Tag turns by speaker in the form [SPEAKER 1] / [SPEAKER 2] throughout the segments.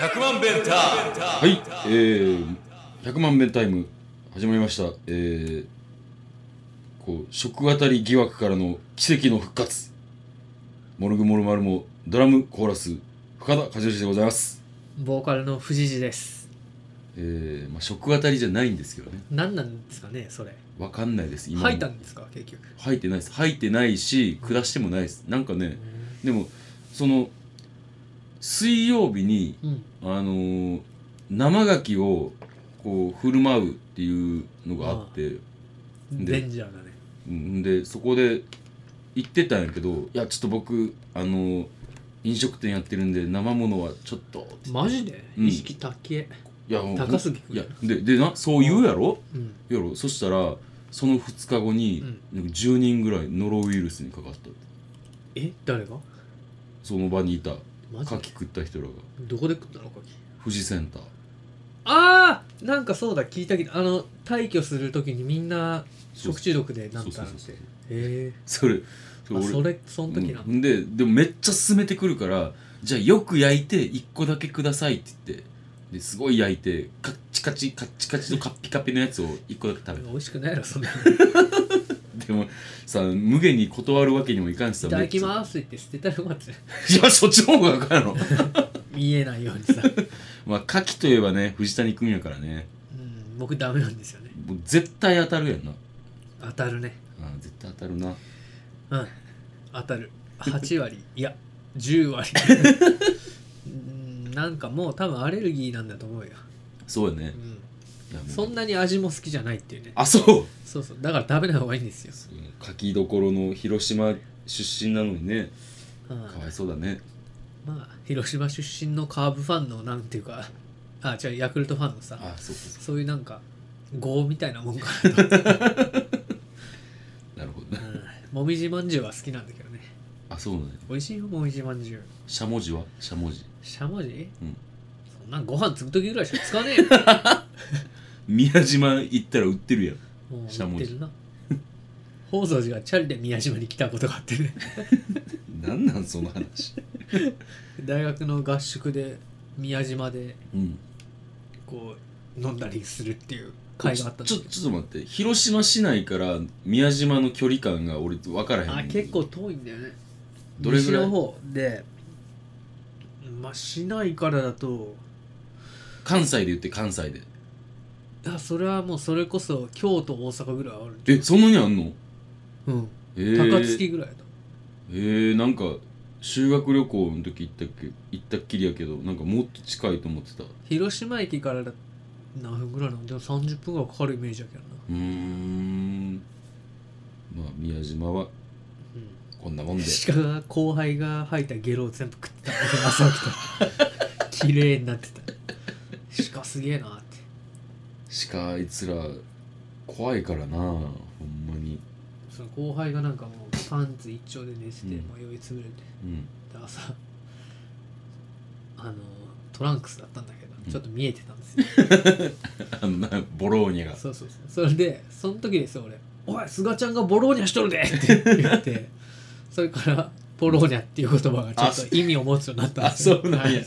[SPEAKER 1] 100万弁ター
[SPEAKER 2] はい、えー、100万遍タイム始まりました。えー、こう、食あたり疑惑からの奇跡の復活。モルグモルマルモ、ドラム、コーラス、深田和義でございます。
[SPEAKER 3] ボーカルの藤次です
[SPEAKER 2] えー、まあ、食あたりじゃないんですけどね。
[SPEAKER 3] 何なんですかねそれ
[SPEAKER 2] わかんないです、も
[SPEAKER 3] 吐いたんですか結局
[SPEAKER 2] 吐いてないです。吐いてないし、下してもないです。なんかね、でも、その、水曜日に、
[SPEAKER 3] うん
[SPEAKER 2] あのー生牡蠣をこう振る舞うっていうのがあってで
[SPEAKER 3] デンジャーだね
[SPEAKER 2] うんでそこで行ってたんやけど「いやちょっと僕あのー飲食店やってるんで生ものはちょっと」って
[SPEAKER 3] マジで
[SPEAKER 2] うん
[SPEAKER 3] 意識高え、
[SPEAKER 2] いやもう
[SPEAKER 3] 高すぎる
[SPEAKER 2] いやででなそう言うやろ
[SPEAKER 3] うん、
[SPEAKER 2] やろそしたらその2日後に、なんか10人ぐらいノロウイルスにかかったって
[SPEAKER 3] え誰が
[SPEAKER 2] その場にいた
[SPEAKER 3] マ
[SPEAKER 2] 牡
[SPEAKER 3] ジ
[SPEAKER 2] 蠣
[SPEAKER 3] で
[SPEAKER 2] 食った人らが
[SPEAKER 3] どこで食ったのか
[SPEAKER 2] 富士センター
[SPEAKER 3] ああなんかそうだ聞いたけどあの退去する時にみんな食中毒でなっ
[SPEAKER 2] そうそ
[SPEAKER 3] た
[SPEAKER 2] う
[SPEAKER 3] なん
[SPEAKER 2] そうそ
[SPEAKER 3] て
[SPEAKER 2] う
[SPEAKER 3] へえ
[SPEAKER 2] それそ
[SPEAKER 3] あ
[SPEAKER 2] 俺
[SPEAKER 3] それその時なんだ
[SPEAKER 2] うんででもめっちゃ勧めてくるからじゃあよく焼いて1個だけくださいって言ってですごい焼いてカッチカチカッチカチのカッピカピのやつを1個だけ食べ
[SPEAKER 3] 美味しくないやろそんな
[SPEAKER 2] たでもさ無限に断るわけにもいかんしさ
[SPEAKER 3] いただき
[SPEAKER 2] めっ
[SPEAKER 3] ますって捨てたらよかったね
[SPEAKER 2] ちゃ いやそっちの方が分かるの
[SPEAKER 3] 見えないようにさ、 う
[SPEAKER 2] まあ牡蠣といえばね藤谷組やからね
[SPEAKER 3] ん、僕ダメなんですよね
[SPEAKER 2] もう絶対当たるやんな
[SPEAKER 3] 当たるね
[SPEAKER 2] あ絶対当たるな
[SPEAKER 3] うん当たる8割 いや10割うんなんかもう多分アレルギーなんだと思うよ、
[SPEAKER 2] そうやね
[SPEAKER 3] うん、
[SPEAKER 2] いやもう
[SPEAKER 3] そんなに味も好きじゃないっていうね
[SPEAKER 2] あそう
[SPEAKER 3] そうそうだから食べない方がいいんですよ、
[SPEAKER 2] 牡蠣どころの広島出身なのにね
[SPEAKER 3] うん、
[SPEAKER 2] かわいそうだね
[SPEAKER 3] まあ広島出身のカーブファンのなんていうかあ違うヤクルトファンのさ
[SPEAKER 2] あそうかそう
[SPEAKER 3] そういうなんか業みたいなもんか
[SPEAKER 2] かなるほど
[SPEAKER 3] な、
[SPEAKER 2] ね
[SPEAKER 3] うん、もみじまんじゅうは好きなんだけどね
[SPEAKER 2] あそうなんや
[SPEAKER 3] 美味しいよもみじまんじゅう
[SPEAKER 2] しゃもじはしゃもじ
[SPEAKER 3] しゃもじ、
[SPEAKER 2] うん
[SPEAKER 3] そんなんご飯つく時ぐらいしか使わねえよ
[SPEAKER 2] 宮島行ったら売ってるやん
[SPEAKER 3] もう
[SPEAKER 2] しゃも
[SPEAKER 3] 売
[SPEAKER 2] じ
[SPEAKER 3] ってる な宝蔵寺がチャリで宮島に来たことがあってね
[SPEAKER 2] なんなんその話
[SPEAKER 3] 大学の合宿で宮島で
[SPEAKER 2] うん
[SPEAKER 3] こう飲んだりするっていう会があったんだ
[SPEAKER 2] ち
[SPEAKER 3] け
[SPEAKER 2] ょ
[SPEAKER 3] ど
[SPEAKER 2] ちょちょっと待って広島市内から宮島の距離感が俺分からへん
[SPEAKER 3] あ
[SPEAKER 2] ねんけ
[SPEAKER 3] 結
[SPEAKER 2] ど
[SPEAKER 3] 構遠いんだよね
[SPEAKER 2] どれぐらい
[SPEAKER 3] 西の方でまあ市内からだと
[SPEAKER 2] 関西で言って関西で
[SPEAKER 3] あそれはもうそれこそ京都大阪ぐらいあるんじゃ
[SPEAKER 2] えそんなにあんの
[SPEAKER 3] んうん
[SPEAKER 2] えー、
[SPEAKER 3] 高槻ぐらいだ
[SPEAKER 2] えー、なんか修学旅行の時行ったっけ行ったっきりやけどなんかもっと近いと思ってたう
[SPEAKER 3] 広島駅からだ何分ぐらいなのでも30分ぐらいかかるイメージだけどな
[SPEAKER 2] ーんまあ宮島は
[SPEAKER 3] うん
[SPEAKER 2] こんな もんで
[SPEAKER 3] 鹿が後輩が吐いたゲロを全部食ってた朝起 きたら綺麗になってた鹿すげえなって
[SPEAKER 2] 鹿あいつら怖いからなほんまに
[SPEAKER 3] その後輩がなんかもうパンツ一丁で寝てて、
[SPEAKER 2] うん
[SPEAKER 3] もう酔いつぶれて
[SPEAKER 2] うん
[SPEAKER 3] で朝あのトランクスだったんだ
[SPEAKER 2] う
[SPEAKER 3] けど、
[SPEAKER 2] ん
[SPEAKER 3] ちょっと見えてたんですよ
[SPEAKER 2] あんな ボローニャが
[SPEAKER 3] そうそうそうそれでその時ですよ俺「おい菅ちゃんがボローニャしとるで!」って言ってそれからボローニャっていう言葉がちょっと意味を持つようになったん
[SPEAKER 2] あ
[SPEAKER 3] ですよ
[SPEAKER 2] そうなんや
[SPEAKER 3] はい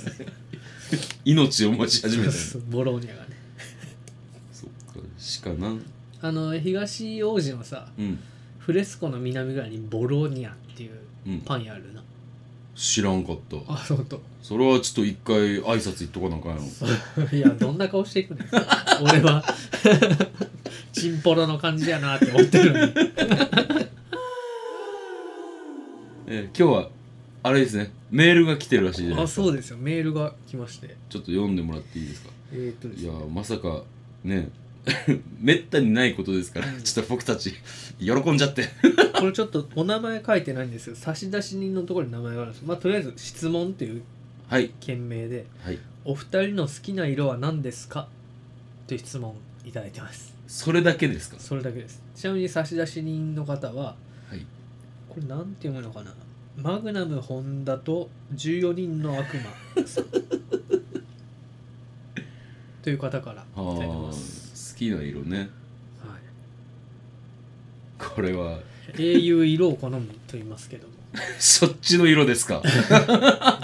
[SPEAKER 2] 命を持ち始めたんや
[SPEAKER 3] そうそうボローニャがね
[SPEAKER 2] そっか鹿な
[SPEAKER 3] あの東王子のさ
[SPEAKER 2] うん
[SPEAKER 3] フレスコの南側にボローニャっていう
[SPEAKER 2] うん
[SPEAKER 3] パン屋あるな、
[SPEAKER 2] 知らんかった
[SPEAKER 3] あ本当。
[SPEAKER 2] それはちょっと一回挨拶行っとかなあかんやろ
[SPEAKER 3] いやどんな顔していくの俺 はチンポロの感じやなって思ってるのに
[SPEAKER 2] えー今日はあれですねメールが来てるらしいじゃない
[SPEAKER 3] あ
[SPEAKER 2] ですか
[SPEAKER 3] そうですよメールが来まして
[SPEAKER 2] ちょっと読んでもらっていいですか
[SPEAKER 3] えーっとで
[SPEAKER 2] い
[SPEAKER 3] す
[SPEAKER 2] や
[SPEAKER 3] ね
[SPEAKER 2] ーまさかね めったにないことですから、
[SPEAKER 3] うん
[SPEAKER 2] ちょっと僕たち喜んじゃって
[SPEAKER 3] これちょっとお名前書いてないんですけど差出人のところに名前があるんですまあとりあえず質問っていう
[SPEAKER 2] はい
[SPEAKER 3] 件名で
[SPEAKER 2] はい
[SPEAKER 3] 「お二人の好きな色は何ですか?」という質問いただいてます
[SPEAKER 2] それだけですか
[SPEAKER 3] それだけですちなみに差出人の方は
[SPEAKER 2] はい
[SPEAKER 3] これなんて読むのかなマグナム本田と14人の悪魔 さんという方から
[SPEAKER 2] あ
[SPEAKER 3] いただいて
[SPEAKER 2] ー
[SPEAKER 3] ま
[SPEAKER 2] 好
[SPEAKER 3] す、
[SPEAKER 2] きな色ね
[SPEAKER 3] は
[SPEAKER 2] これはい
[SPEAKER 3] 、英雄色を好むと言いますけども
[SPEAKER 2] そっちの色ですか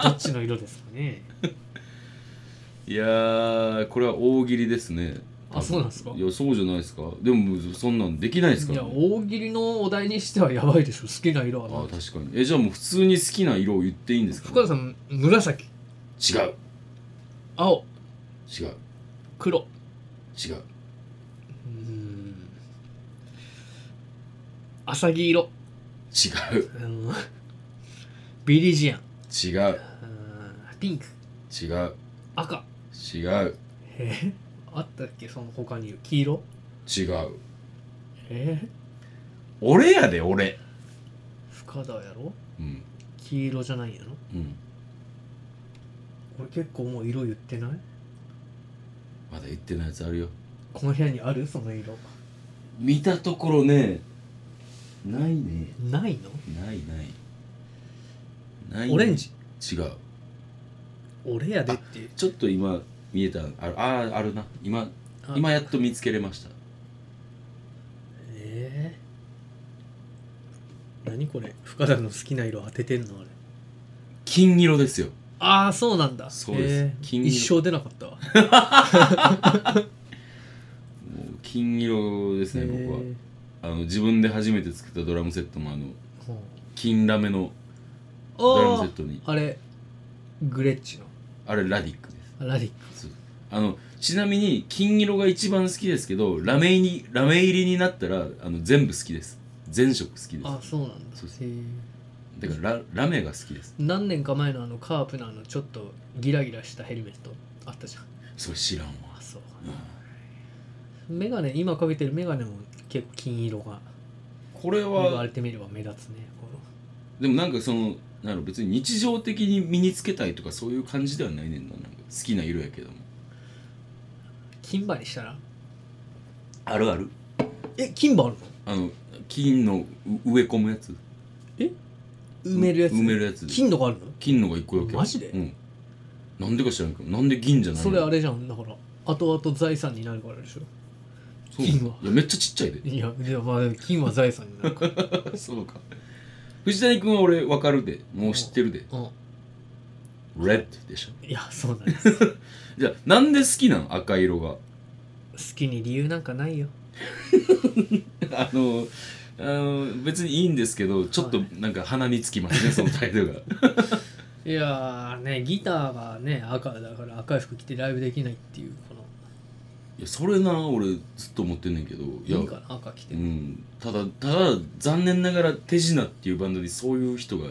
[SPEAKER 3] どっちの色ですかね
[SPEAKER 2] いやーこれは大喜利ですね
[SPEAKER 3] あそうなんですか
[SPEAKER 2] いやそうじゃないですかでもそんなんできないですか
[SPEAKER 3] い
[SPEAKER 2] ら、
[SPEAKER 3] や
[SPEAKER 2] ね、
[SPEAKER 3] 大喜利のお題にしてはやばいでしょ好きな色は
[SPEAKER 2] あ
[SPEAKER 3] 何
[SPEAKER 2] 確かにえじゃあもう普通に好きな色を言っていいんです
[SPEAKER 3] 深
[SPEAKER 2] か、
[SPEAKER 3] 田さん紫
[SPEAKER 2] 違う
[SPEAKER 3] 青
[SPEAKER 2] 違う
[SPEAKER 3] 黒
[SPEAKER 2] 違う
[SPEAKER 3] うーん浅木色
[SPEAKER 2] 違う
[SPEAKER 3] うーんビリジア
[SPEAKER 2] 違
[SPEAKER 3] ン
[SPEAKER 2] う
[SPEAKER 3] うーんピンク
[SPEAKER 2] 違う
[SPEAKER 3] 赤
[SPEAKER 2] 違う
[SPEAKER 3] えあったっけその他に黄色
[SPEAKER 2] 違う
[SPEAKER 3] え
[SPEAKER 2] 俺やで俺
[SPEAKER 3] 深田やろ
[SPEAKER 2] うん
[SPEAKER 3] 黄色じゃないやろ
[SPEAKER 2] うん
[SPEAKER 3] 俺結構もう色言ってない
[SPEAKER 2] まだ言ってないやつあるよ
[SPEAKER 3] この部屋にあるその色
[SPEAKER 2] 見たところねないね
[SPEAKER 3] ないの
[SPEAKER 2] ないないないね
[SPEAKER 3] オレンジ
[SPEAKER 2] 違う
[SPEAKER 3] 俺やでって
[SPEAKER 2] ちょっと今見えたあるあーあるな今
[SPEAKER 3] あ
[SPEAKER 2] 今やっと見つけれました
[SPEAKER 3] えー、何これ深田の好きな色当ててんのあれ
[SPEAKER 2] 金色ですよ
[SPEAKER 3] ああそうなんだ
[SPEAKER 2] そうです
[SPEAKER 3] えー
[SPEAKER 2] 金色
[SPEAKER 3] 一生出なかったわ
[SPEAKER 2] もう金色ですね僕は
[SPEAKER 3] えー
[SPEAKER 2] あの自分で初めて作ったドラムセットもあの
[SPEAKER 3] ほう
[SPEAKER 2] 金ラメのドラムセ
[SPEAKER 3] あ
[SPEAKER 2] ットに
[SPEAKER 3] ああれグレッチの
[SPEAKER 2] あれラディックです
[SPEAKER 3] あラディック
[SPEAKER 2] あのちなみに金色が一番好きですけどラメにラメ入りになったらあの全部好きです全色好きです
[SPEAKER 3] あそうなんだ
[SPEAKER 2] そうです
[SPEAKER 3] へー
[SPEAKER 2] だからララメが好きです
[SPEAKER 3] 何年か前のあのカープのあのちょっとギラギラしたヘルメットあったじゃん
[SPEAKER 2] それ知らんわ
[SPEAKER 3] あそうメガネ今かけてるメガネも結構金色が
[SPEAKER 2] これ
[SPEAKER 3] 言わ
[SPEAKER 2] は
[SPEAKER 3] れてみれば目立つねこの
[SPEAKER 2] でもなんかそのなの別に日常的に身につけたいとかそういう感じではないねんななんか好きな色やけども
[SPEAKER 3] 金歯にしたら
[SPEAKER 2] あるある
[SPEAKER 3] え金歯あるの
[SPEAKER 2] あの金のう植え込むやつ
[SPEAKER 3] 埋めるやつ
[SPEAKER 2] 埋めるやつ
[SPEAKER 3] 金のがあるの
[SPEAKER 2] 金のが一個だけ
[SPEAKER 3] マジで
[SPEAKER 2] うんなんでか知らんけどなんで銀じゃないの
[SPEAKER 3] それあれじゃんだから後々財産になるからでしょ
[SPEAKER 2] そう
[SPEAKER 3] 金はい
[SPEAKER 2] やめっちゃちっちゃ いで
[SPEAKER 3] いやでもまあでも金は財産になるから
[SPEAKER 2] そうか藤谷君は俺分かるでもう知ってるで
[SPEAKER 3] うん
[SPEAKER 2] レッドでしょ
[SPEAKER 3] いやそうなんです好
[SPEAKER 2] じゃあなんで好きなの赤色 が
[SPEAKER 3] きに理由なんかないよ
[SPEAKER 2] あのあの別にいいんですけどちょっとなんか鼻につき ますねその態度が
[SPEAKER 3] いやーねギターがね赤だから赤い服着てライブできないっていうこの
[SPEAKER 2] いやそれな俺ずっと思ってんねんけどいや
[SPEAKER 3] いいかな赤着て、
[SPEAKER 2] うん、ただただ残念ながら手品っていうバンドにそういう人が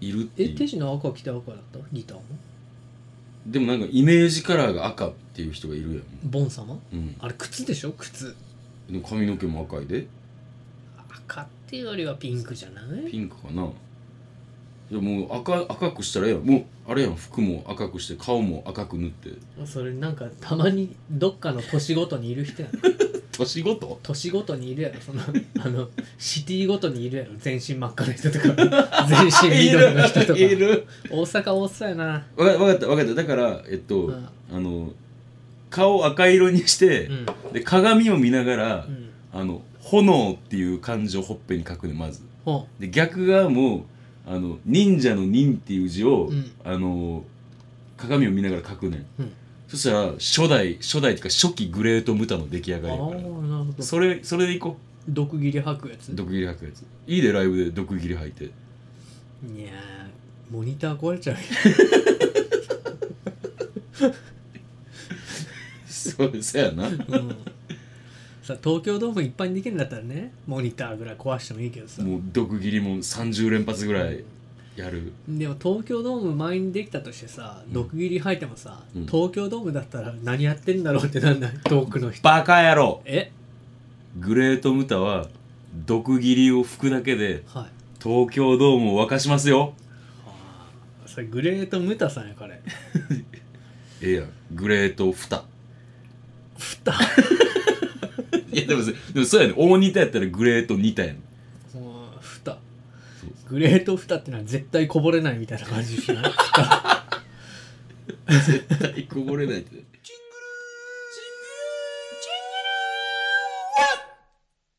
[SPEAKER 2] いるって
[SPEAKER 3] え
[SPEAKER 2] い
[SPEAKER 3] 手
[SPEAKER 2] う
[SPEAKER 3] 品赤着て赤だったギターも
[SPEAKER 2] でもなんかイメージカラーが赤っていう人がいるやん、
[SPEAKER 3] ボン様
[SPEAKER 2] うん、
[SPEAKER 3] あれ靴でしょ靴
[SPEAKER 2] でも髪の毛も赤いで
[SPEAKER 3] 赤っていうよりはピンクじゃない
[SPEAKER 2] ピンクかないやもう赤赤くしたらええやんもうあれやん服も赤くして顔も赤く塗って
[SPEAKER 3] それなんかたまにどっかの年ごとにいる人やな
[SPEAKER 2] 年ごと
[SPEAKER 3] 年ごとにいるやろそのあのシティごとにいるやろ全身真っ赤な人と か全身緑の人とか
[SPEAKER 2] いる
[SPEAKER 3] 大阪大阪やな
[SPEAKER 2] わかわかったわかっただからえっと、
[SPEAKER 3] うん
[SPEAKER 2] あの顔赤色にして
[SPEAKER 3] う、ん
[SPEAKER 2] で鏡を見ながら、
[SPEAKER 3] うん
[SPEAKER 2] あの炎っていう漢字をほっぺに書くねまず
[SPEAKER 3] ほ
[SPEAKER 2] で逆側もあの忍者の忍っていう字を、
[SPEAKER 3] うん
[SPEAKER 2] あの鏡を見ながら書くねん、
[SPEAKER 3] うん
[SPEAKER 2] そしたら初代初代っていうか初期グレートムタの出来上
[SPEAKER 3] う
[SPEAKER 2] が
[SPEAKER 3] ああ
[SPEAKER 2] りや
[SPEAKER 3] ー
[SPEAKER 2] か
[SPEAKER 3] なる
[SPEAKER 2] ら
[SPEAKER 3] ほど
[SPEAKER 2] それそれでいこ
[SPEAKER 3] 毒斬り吐くやつ
[SPEAKER 2] う毒斬り履くやついいでライブで毒斬り履いて
[SPEAKER 3] いやーモニター壊れちゃうよ
[SPEAKER 2] そうそや な
[SPEAKER 3] うんさ東京ドームいっぱいにできるんだったらねモニターぐらい壊してもいいけどさ
[SPEAKER 2] もう毒斬りも30連発ぐらいやる
[SPEAKER 3] でも東京ドーム前にできたとしてさ
[SPEAKER 2] うん
[SPEAKER 3] 毒斬り吐いてもさ、
[SPEAKER 2] うん
[SPEAKER 3] 東京ドームだったら何やってんだろうってな んない遠くの人
[SPEAKER 2] バカ野郎
[SPEAKER 3] え
[SPEAKER 2] グレートムタは毒斬りを吹くだけで
[SPEAKER 3] はい
[SPEAKER 2] 東京ドームを沸かしますよ
[SPEAKER 3] あーそれグレートムタさんや彼
[SPEAKER 2] ええやんグレートフタ
[SPEAKER 3] ふた
[SPEAKER 2] いやでもそでもそうやね大似たやったらグレート似たやん
[SPEAKER 3] もうふた
[SPEAKER 2] そう
[SPEAKER 3] グレートふたってのは絶対こぼれないみたいな感じし ないふた
[SPEAKER 2] 絶対こぼれないって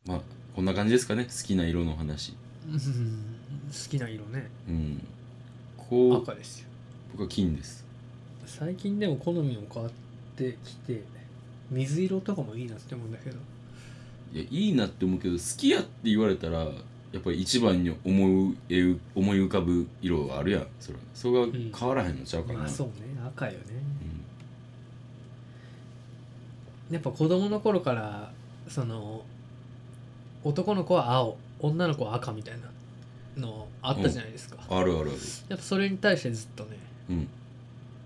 [SPEAKER 2] まあこんな感じですかね好きな色の話
[SPEAKER 3] うんきな色ね
[SPEAKER 2] うんこう
[SPEAKER 3] 赤ですよ
[SPEAKER 2] 僕は金です
[SPEAKER 3] 最近でも好みも変わってきて水色とかもいいなって思うんだけど
[SPEAKER 2] いやいいなって思うけど好きやって言われたらやっぱり一番に思うえう思い浮かぶ色があるやんそれそれが変わらへんのちゃうかな、
[SPEAKER 3] まあ
[SPEAKER 2] う
[SPEAKER 3] そうね赤よね
[SPEAKER 2] ん
[SPEAKER 3] やっぱ子供の頃からその男の子は青女の子は赤みたいなのあったじゃないですか、
[SPEAKER 2] あるあるある
[SPEAKER 3] やっぱそれに対してずっとね
[SPEAKER 2] うん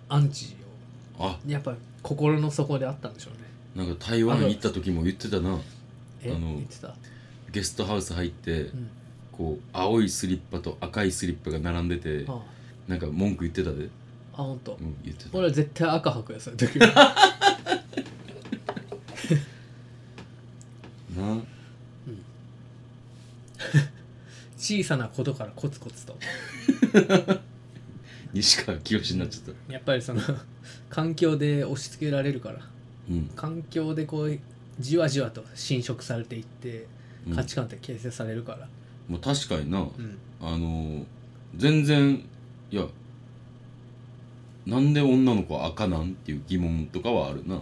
[SPEAKER 3] アンチ
[SPEAKER 2] あ
[SPEAKER 3] をやっぱ心の底であったんでしょうね
[SPEAKER 2] なんか台湾行った時も言ってたな
[SPEAKER 3] え
[SPEAKER 2] あの
[SPEAKER 3] 言ってた、
[SPEAKER 2] ゲストハウス入って、
[SPEAKER 3] うん
[SPEAKER 2] こう青いスリッパと赤いスリッパが並んでて
[SPEAKER 3] あ
[SPEAKER 2] なんか文句言ってたで、う
[SPEAKER 3] あほんと
[SPEAKER 2] ん、言ってた
[SPEAKER 3] 俺は絶対赤履くやそういう時は
[SPEAKER 2] な
[SPEAKER 3] 小さなことからコツコツと
[SPEAKER 2] 西川きよしになっちゃった
[SPEAKER 3] やっぱりその環境で押し付けられるから
[SPEAKER 2] うん、
[SPEAKER 3] 環境でこうじわじわと侵食されていって
[SPEAKER 2] うん
[SPEAKER 3] 価値観って形成されるから、
[SPEAKER 2] もう確かにな、
[SPEAKER 3] うん
[SPEAKER 2] あのー全然いやなんで女の子は赤なんっていう疑問とかはあるな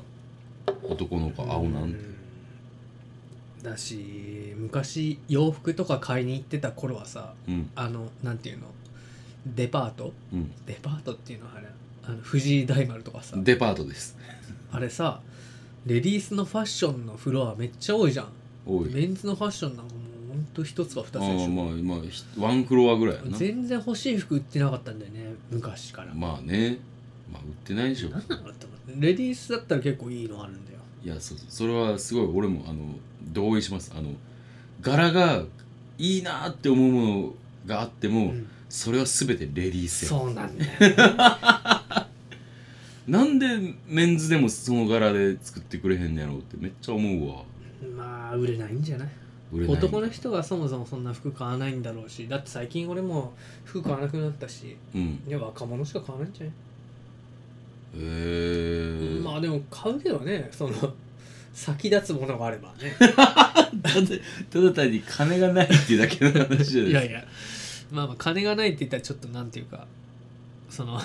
[SPEAKER 2] 男の子は青なんて
[SPEAKER 3] うんだし昔洋服とか買いに行ってた頃はさ
[SPEAKER 2] うん
[SPEAKER 3] あのなんていうのデパート
[SPEAKER 2] うん、
[SPEAKER 3] デパートっていうのはあれあの藤井大丸とかさ
[SPEAKER 2] デパートです
[SPEAKER 3] あれさレディースのファッションのフロアめっちゃ多いじゃん
[SPEAKER 2] おい
[SPEAKER 3] メンズのファッションなんかもうほんと一つか二つ
[SPEAKER 2] あ
[SPEAKER 3] で
[SPEAKER 2] あ
[SPEAKER 3] しょ、
[SPEAKER 2] まあまあひワンフロアぐらいやな
[SPEAKER 3] 全然欲しい服売ってなかったんだよね昔から、
[SPEAKER 2] まあねまあ売ってないでしょ
[SPEAKER 3] なんなのって思ってレディースだったら結構いいのあるんだよ
[SPEAKER 2] いやそうそうそれはすごい俺もあの同意しますあの柄がいいなって思うものがあっても、
[SPEAKER 3] うん
[SPEAKER 2] それは全てレディースや
[SPEAKER 3] そうなんだよ
[SPEAKER 2] なんでメンズでもその柄で作ってくれへんのやろうってめっちゃ思うわ
[SPEAKER 3] まあ売れないんじゃない
[SPEAKER 2] 売れない
[SPEAKER 3] 男の人はそもそもそんな服買わないんだろうしだって最近俺も服買わなくなったし
[SPEAKER 2] うん
[SPEAKER 3] いや若者しか買わないんじゃない、
[SPEAKER 2] へえー、
[SPEAKER 3] まあでも買うけどねその 先立つものがあればね
[SPEAKER 2] ただただ単に金がないっていうだけの話じゃない
[SPEAKER 3] い
[SPEAKER 2] で
[SPEAKER 3] や
[SPEAKER 2] す
[SPEAKER 3] いやまあまあ金がないって言ったらちょっとなんていうかその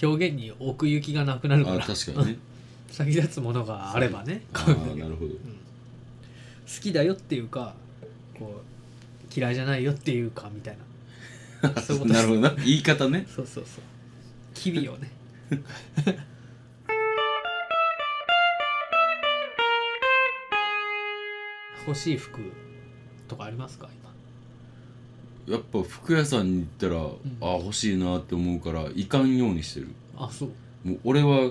[SPEAKER 3] 表現に奥行きがなくなるか
[SPEAKER 2] あ
[SPEAKER 3] ら
[SPEAKER 2] 確かにね
[SPEAKER 3] 先立つものがあればね
[SPEAKER 2] あ
[SPEAKER 3] 買うんだ
[SPEAKER 2] ー
[SPEAKER 3] けど
[SPEAKER 2] なるほど
[SPEAKER 3] うん好きだよっていうかこう嫌いじゃないよっていうかみたいな そういうことで
[SPEAKER 2] な
[SPEAKER 3] す
[SPEAKER 2] るほどな言い方ね
[SPEAKER 3] そうそうそう機微をね 欲しい服とかありますか今
[SPEAKER 2] やっぱ服屋さんに行ったら、ああ欲しいなって思うからいかんようにしてる
[SPEAKER 3] あそう
[SPEAKER 2] もう俺は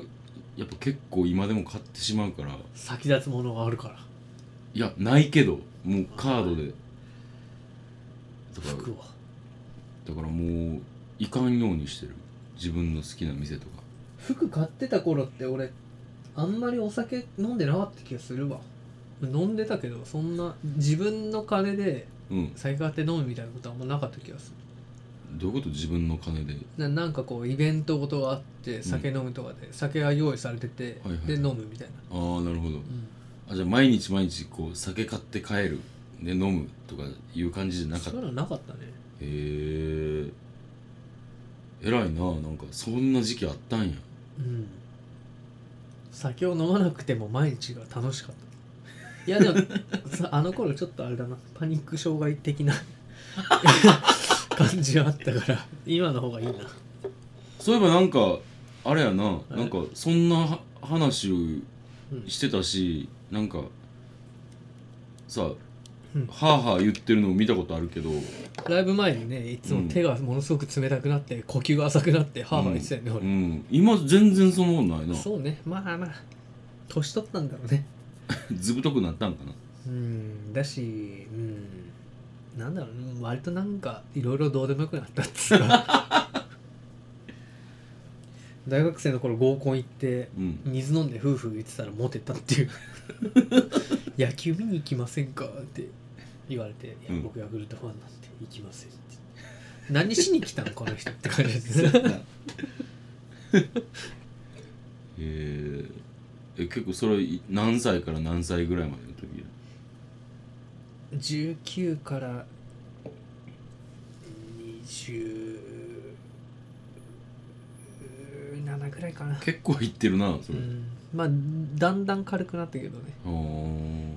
[SPEAKER 2] やっぱ結構今でも買ってしまうから
[SPEAKER 3] 先立つものがあるから
[SPEAKER 2] いやないけどもうカードでだから
[SPEAKER 3] 服を
[SPEAKER 2] だからもういかんようにしてる自分の好きな店とか
[SPEAKER 3] 服買ってた頃って俺あんまりお酒飲んでなかった気がするわ飲んでたけどそんな自分の金で
[SPEAKER 2] うん
[SPEAKER 3] 酒買って飲むみたいなことはあんまなかった気がする
[SPEAKER 2] どういうこと自分の金で
[SPEAKER 3] ななんかこうイベントごとがあって酒飲むとかで、酒が用意されてて、
[SPEAKER 2] はいはい
[SPEAKER 3] で飲むみたいな、
[SPEAKER 2] ああなるほどあじゃあ毎日毎日こう酒買って帰るで飲むとかいう感じじゃなかっ
[SPEAKER 3] そ
[SPEAKER 2] た
[SPEAKER 3] うい
[SPEAKER 2] へ
[SPEAKER 3] うのなかったね
[SPEAKER 2] え偉いななんかそんな時期あったんや
[SPEAKER 3] うん酒を飲まなくても毎日が楽しかったい やでもさあの頃ちょっとあれだなパニック障害 的な感じはあったから今の方がいいな
[SPEAKER 2] そういえばなんかあれやな
[SPEAKER 3] え
[SPEAKER 2] なんかそんなは話を
[SPEAKER 3] うん
[SPEAKER 2] してたしなんかさは
[SPEAKER 3] うん
[SPEAKER 2] あはあ言ってるのを見たことあるけど
[SPEAKER 3] ライブ前にねいつも手がものすごく冷たくなって、呼吸が浅くなってハーハー言ってたよね、
[SPEAKER 2] う
[SPEAKER 3] 俺
[SPEAKER 2] ん、今全然そんなことないな
[SPEAKER 3] そうねまあまあ年取ったんだろうね
[SPEAKER 2] ずぶとくなったんかな
[SPEAKER 3] うんだしうんなんだろうね割となんかいろいろどうでもよくなったっつうか 大学生の頃合コン行って
[SPEAKER 2] うん
[SPEAKER 3] 水飲んで夫婦言ってたらモテたって いう野球見に行きませんかって言われて「いや
[SPEAKER 2] うん
[SPEAKER 3] 僕ヤクルトファンなんで行きません」って何しに来たのこの人って感じです
[SPEAKER 2] えー、え結構それい何歳から何歳ぐらいまでの時
[SPEAKER 3] 19から27ぐらいかな、
[SPEAKER 2] 結構いってるなそうれ、
[SPEAKER 3] ん、まあだんだん軽くなったけどね
[SPEAKER 2] あー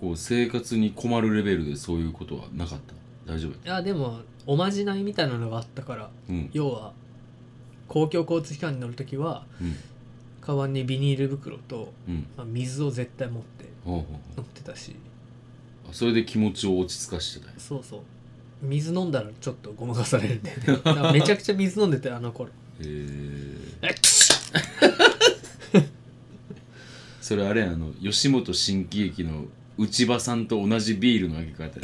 [SPEAKER 2] こう生活に困るレベルでそういうことはなかった大丈夫やっ
[SPEAKER 3] いやでもおまじないみたいなのがあったから
[SPEAKER 2] たうん
[SPEAKER 3] 要は公共交通機関に乗るときは
[SPEAKER 2] うん
[SPEAKER 3] カバンにビニール袋と、
[SPEAKER 2] うん
[SPEAKER 3] まあ、水を絶対持って
[SPEAKER 2] ほうほうほ
[SPEAKER 3] 乗ってたし
[SPEAKER 2] うそれで気持ちを落ち着かしてたんや
[SPEAKER 3] そうそう水飲んだらちょっとごまかされるんだよねだから めちゃくちゃ水飲んでてあの 頃
[SPEAKER 2] へ ー
[SPEAKER 3] えっくし
[SPEAKER 2] それあれやあの吉本新喜劇の内場さんと同じビールのあげ方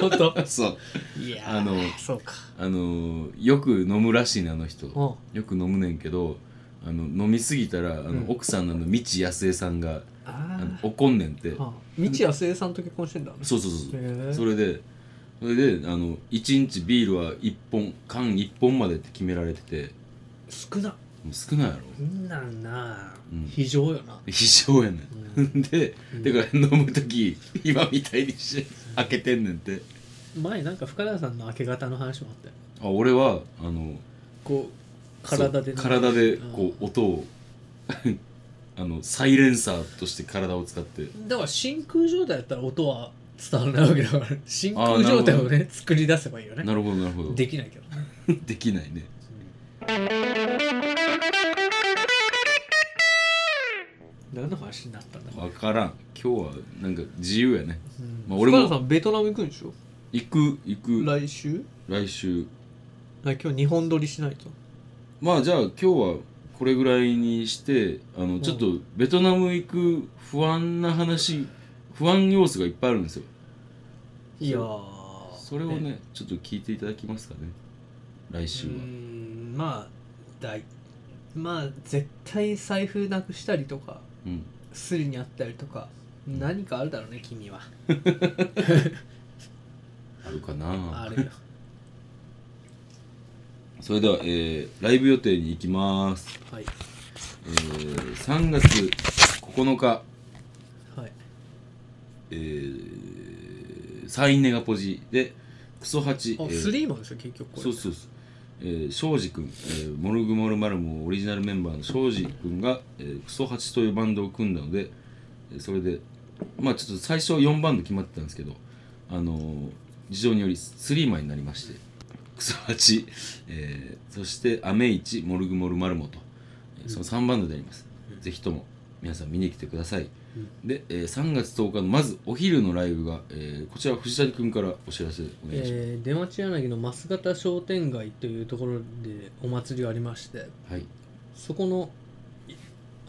[SPEAKER 3] 本当
[SPEAKER 2] や そう
[SPEAKER 3] いやー
[SPEAKER 2] あの
[SPEAKER 3] そうか
[SPEAKER 2] あのーよく飲むらしいねあの人
[SPEAKER 3] うん
[SPEAKER 2] よく飲むねんけどあの飲みすぎたらあの、
[SPEAKER 3] うん
[SPEAKER 2] 奥さんのあの道康江さんがあ
[SPEAKER 3] あ
[SPEAKER 2] の
[SPEAKER 3] ー
[SPEAKER 2] 怒んねんて
[SPEAKER 3] あ未知やすえさんと結婚してんだ
[SPEAKER 2] そうそうそうそう
[SPEAKER 3] へえ
[SPEAKER 2] それでそれであの1日ビールは1本缶1本までって決められてて
[SPEAKER 3] 少な
[SPEAKER 2] もう少ないやろ
[SPEAKER 3] みんなんな、
[SPEAKER 2] うん
[SPEAKER 3] 非常よな、
[SPEAKER 2] 非常やね
[SPEAKER 3] うん
[SPEAKER 2] で、
[SPEAKER 3] うん
[SPEAKER 2] だから飲む時今みたいにして開けてんねんて
[SPEAKER 3] ん前なんか深田さんの明け方の話もあったよ
[SPEAKER 2] あ俺はあの
[SPEAKER 3] こう体でね、
[SPEAKER 2] そう体でこ
[SPEAKER 3] う
[SPEAKER 2] う音を あのサイレンサーとして体を使って
[SPEAKER 3] んだから真空状態だったら音は伝わらないわけだから真
[SPEAKER 2] あーなる
[SPEAKER 3] 空状
[SPEAKER 2] ほど
[SPEAKER 3] 態をね作り出せばいいよね
[SPEAKER 2] なるほどなるほど
[SPEAKER 3] できないけどね
[SPEAKER 2] できないね
[SPEAKER 3] 何の話になったんだろう、
[SPEAKER 2] 分からん今日はなんか自由やね
[SPEAKER 3] うん
[SPEAKER 2] まあ俺も
[SPEAKER 3] 深田さんベトナム行くんでしょ
[SPEAKER 2] 行く行く
[SPEAKER 3] 来週
[SPEAKER 2] 来週
[SPEAKER 3] あ今日日本撮りしないと
[SPEAKER 2] まあじゃあ今日はこれぐらいにしてあの
[SPEAKER 3] ん
[SPEAKER 2] ちょっとベトナム行く不安な話不安要素がいっぱいあるんですよ
[SPEAKER 3] いや
[SPEAKER 2] それをねちょっと聞いていただきますかね来週
[SPEAKER 3] う
[SPEAKER 2] は
[SPEAKER 3] ーんまあだいまあ絶対財布なくしたりとか
[SPEAKER 2] うん
[SPEAKER 3] スリにあったりとか
[SPEAKER 2] ん
[SPEAKER 3] 何かあるだろうね君は
[SPEAKER 2] あるかな
[SPEAKER 3] あ るよ
[SPEAKER 2] それでは、えーライブ予定に行きます
[SPEAKER 3] はい
[SPEAKER 2] えー3月9日、
[SPEAKER 3] はい
[SPEAKER 2] えーサインネガポジでクソ8、
[SPEAKER 3] あ、
[SPEAKER 2] えー
[SPEAKER 3] スリーマンですよ結局これ
[SPEAKER 2] そうそうそう、えー、庄司君、えーモルグモルマルモオリジナルメンバーの庄司君が、えークソ8というバンドを組んだので、えーそれでまあちょっと最初4バンド決まってたんですけどあのー事情により3枚になりましてクソ8、えーそしてアメイチモルグモルマルモと、えーその3バンドであります、
[SPEAKER 3] うん
[SPEAKER 2] ぜひとも皆さん見に来てください、
[SPEAKER 3] う
[SPEAKER 2] で、えー3月10日のまずお昼のライブが、えーこちら藤谷君からお知らせお願いします、
[SPEAKER 3] えー、出町柳の増形商店街というところでお祭りがありまして
[SPEAKER 2] はい
[SPEAKER 3] そこのい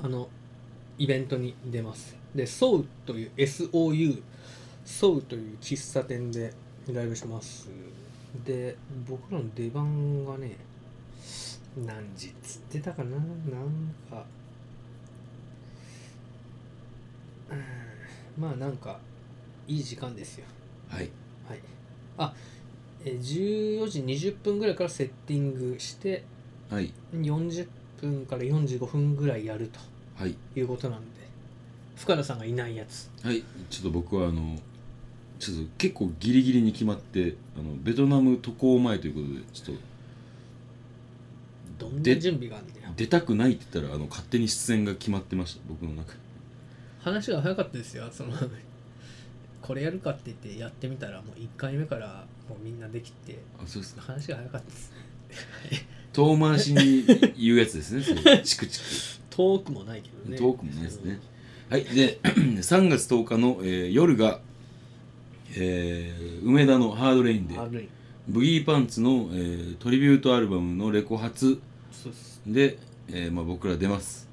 [SPEAKER 3] あのイベントに出ますでソウという SOU ソウという喫茶店でライブしますで僕らの出番がね何時っつってたかななんかうんまあなんかいい時間ですよ
[SPEAKER 2] はい
[SPEAKER 3] はい、あえー14時20分ぐらいからセッティングして
[SPEAKER 2] はい
[SPEAKER 3] 40分から45分ぐらいやる
[SPEAKER 2] はい
[SPEAKER 3] ということなんで深田さんがいないやつ
[SPEAKER 2] はいちょっと僕はあのちょっと結構ギリギリに決まってあのベトナム渡航前ということでちょっと
[SPEAKER 3] どんな
[SPEAKER 2] で
[SPEAKER 3] 準備があるんだよ
[SPEAKER 2] 出たくないって言ったらあの勝手に出演が決まってました僕の中で
[SPEAKER 3] 話が早かったですよその これやるかって言ってやってみたらもう1回目からもうみんなできて
[SPEAKER 2] あそうですか
[SPEAKER 3] 話が早かったです
[SPEAKER 2] 遠回しに言うやつですねそ れチクチク
[SPEAKER 3] 遠くもないけどね
[SPEAKER 2] 遠くもないですねはいで 3月10日の、えー夜が、えー梅田のハードレインで
[SPEAKER 3] 悪い
[SPEAKER 2] ブギーパンツの、えートリビュートアルバムのレコ発
[SPEAKER 3] そうです
[SPEAKER 2] で、えーまあ、僕ら出ます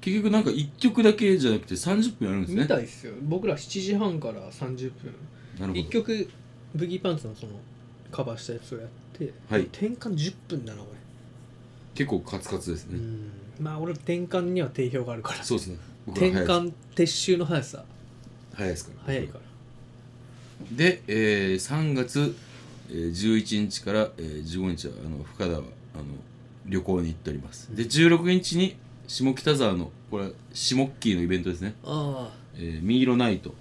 [SPEAKER 2] 結局なんか1曲だけじゃなくて30分やるんですね
[SPEAKER 3] 見たいっすよ僕ら7時半から30分
[SPEAKER 2] なるほ
[SPEAKER 3] 一
[SPEAKER 2] ど
[SPEAKER 3] 曲ブギーパンツのそのカバーしたやつをやって、
[SPEAKER 2] はい
[SPEAKER 3] 転換10分だな俺
[SPEAKER 2] 結構カツカツです
[SPEAKER 3] う
[SPEAKER 2] ね、
[SPEAKER 3] んまあ俺転換には定評があるから
[SPEAKER 2] そうですね僕
[SPEAKER 3] 転
[SPEAKER 2] ら早い
[SPEAKER 3] 換撤収の速さ
[SPEAKER 2] 早いですから
[SPEAKER 3] 早いから
[SPEAKER 2] で、えー3月えー11日から、えー15日はあの深田はあの旅行に行っておりますで16日に下北沢のこれは下ッキーのイベントですね
[SPEAKER 3] あ
[SPEAKER 2] えーミイロナイト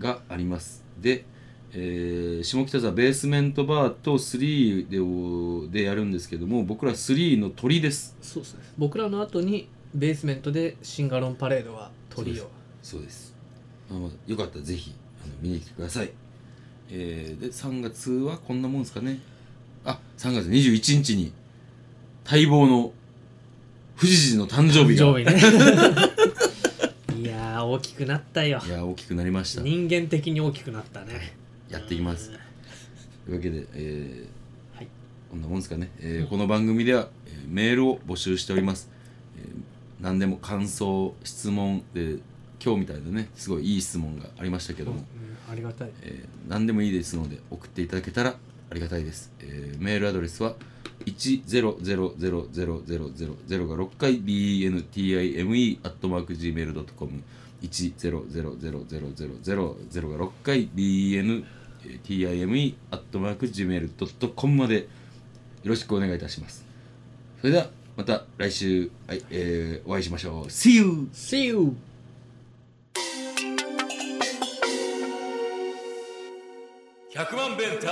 [SPEAKER 2] がありますで、えー下北沢ベースメントバーと3でおでやるんですけども僕ら3の鳥です
[SPEAKER 3] そうですね僕らの後にベースメントでシンガロンパレードはトリ
[SPEAKER 2] そ
[SPEAKER 3] オ
[SPEAKER 2] そうですあのよかったらぜひあの見に来てください、えーで3月はこんなもんですかねあ3月21日に待望の富士寺の誕生日が
[SPEAKER 3] 上位ねいやー大きくなったよ
[SPEAKER 2] いや大きくなりました
[SPEAKER 3] 人間的に大きくなったね
[SPEAKER 2] やっていきます
[SPEAKER 3] うん
[SPEAKER 2] というわけで、えー
[SPEAKER 3] はい
[SPEAKER 2] こんなもんですかね、えーこの番組では、えーメールを募集しております、えー何でも感想質問で今日みたいなねすごいいい質問がありましたけども、
[SPEAKER 3] うんありがたい
[SPEAKER 2] えー何でもいいですので送っていただけたらありがたいです、えーメールアドレスは1000000が6回 bentime.gmail.com 1000000が6回 bentime.gmail.com までよろしくお願いいたしますそれではまた来週、はいえーお会いしましょう See you!
[SPEAKER 3] See you!
[SPEAKER 1] !100 万ベンター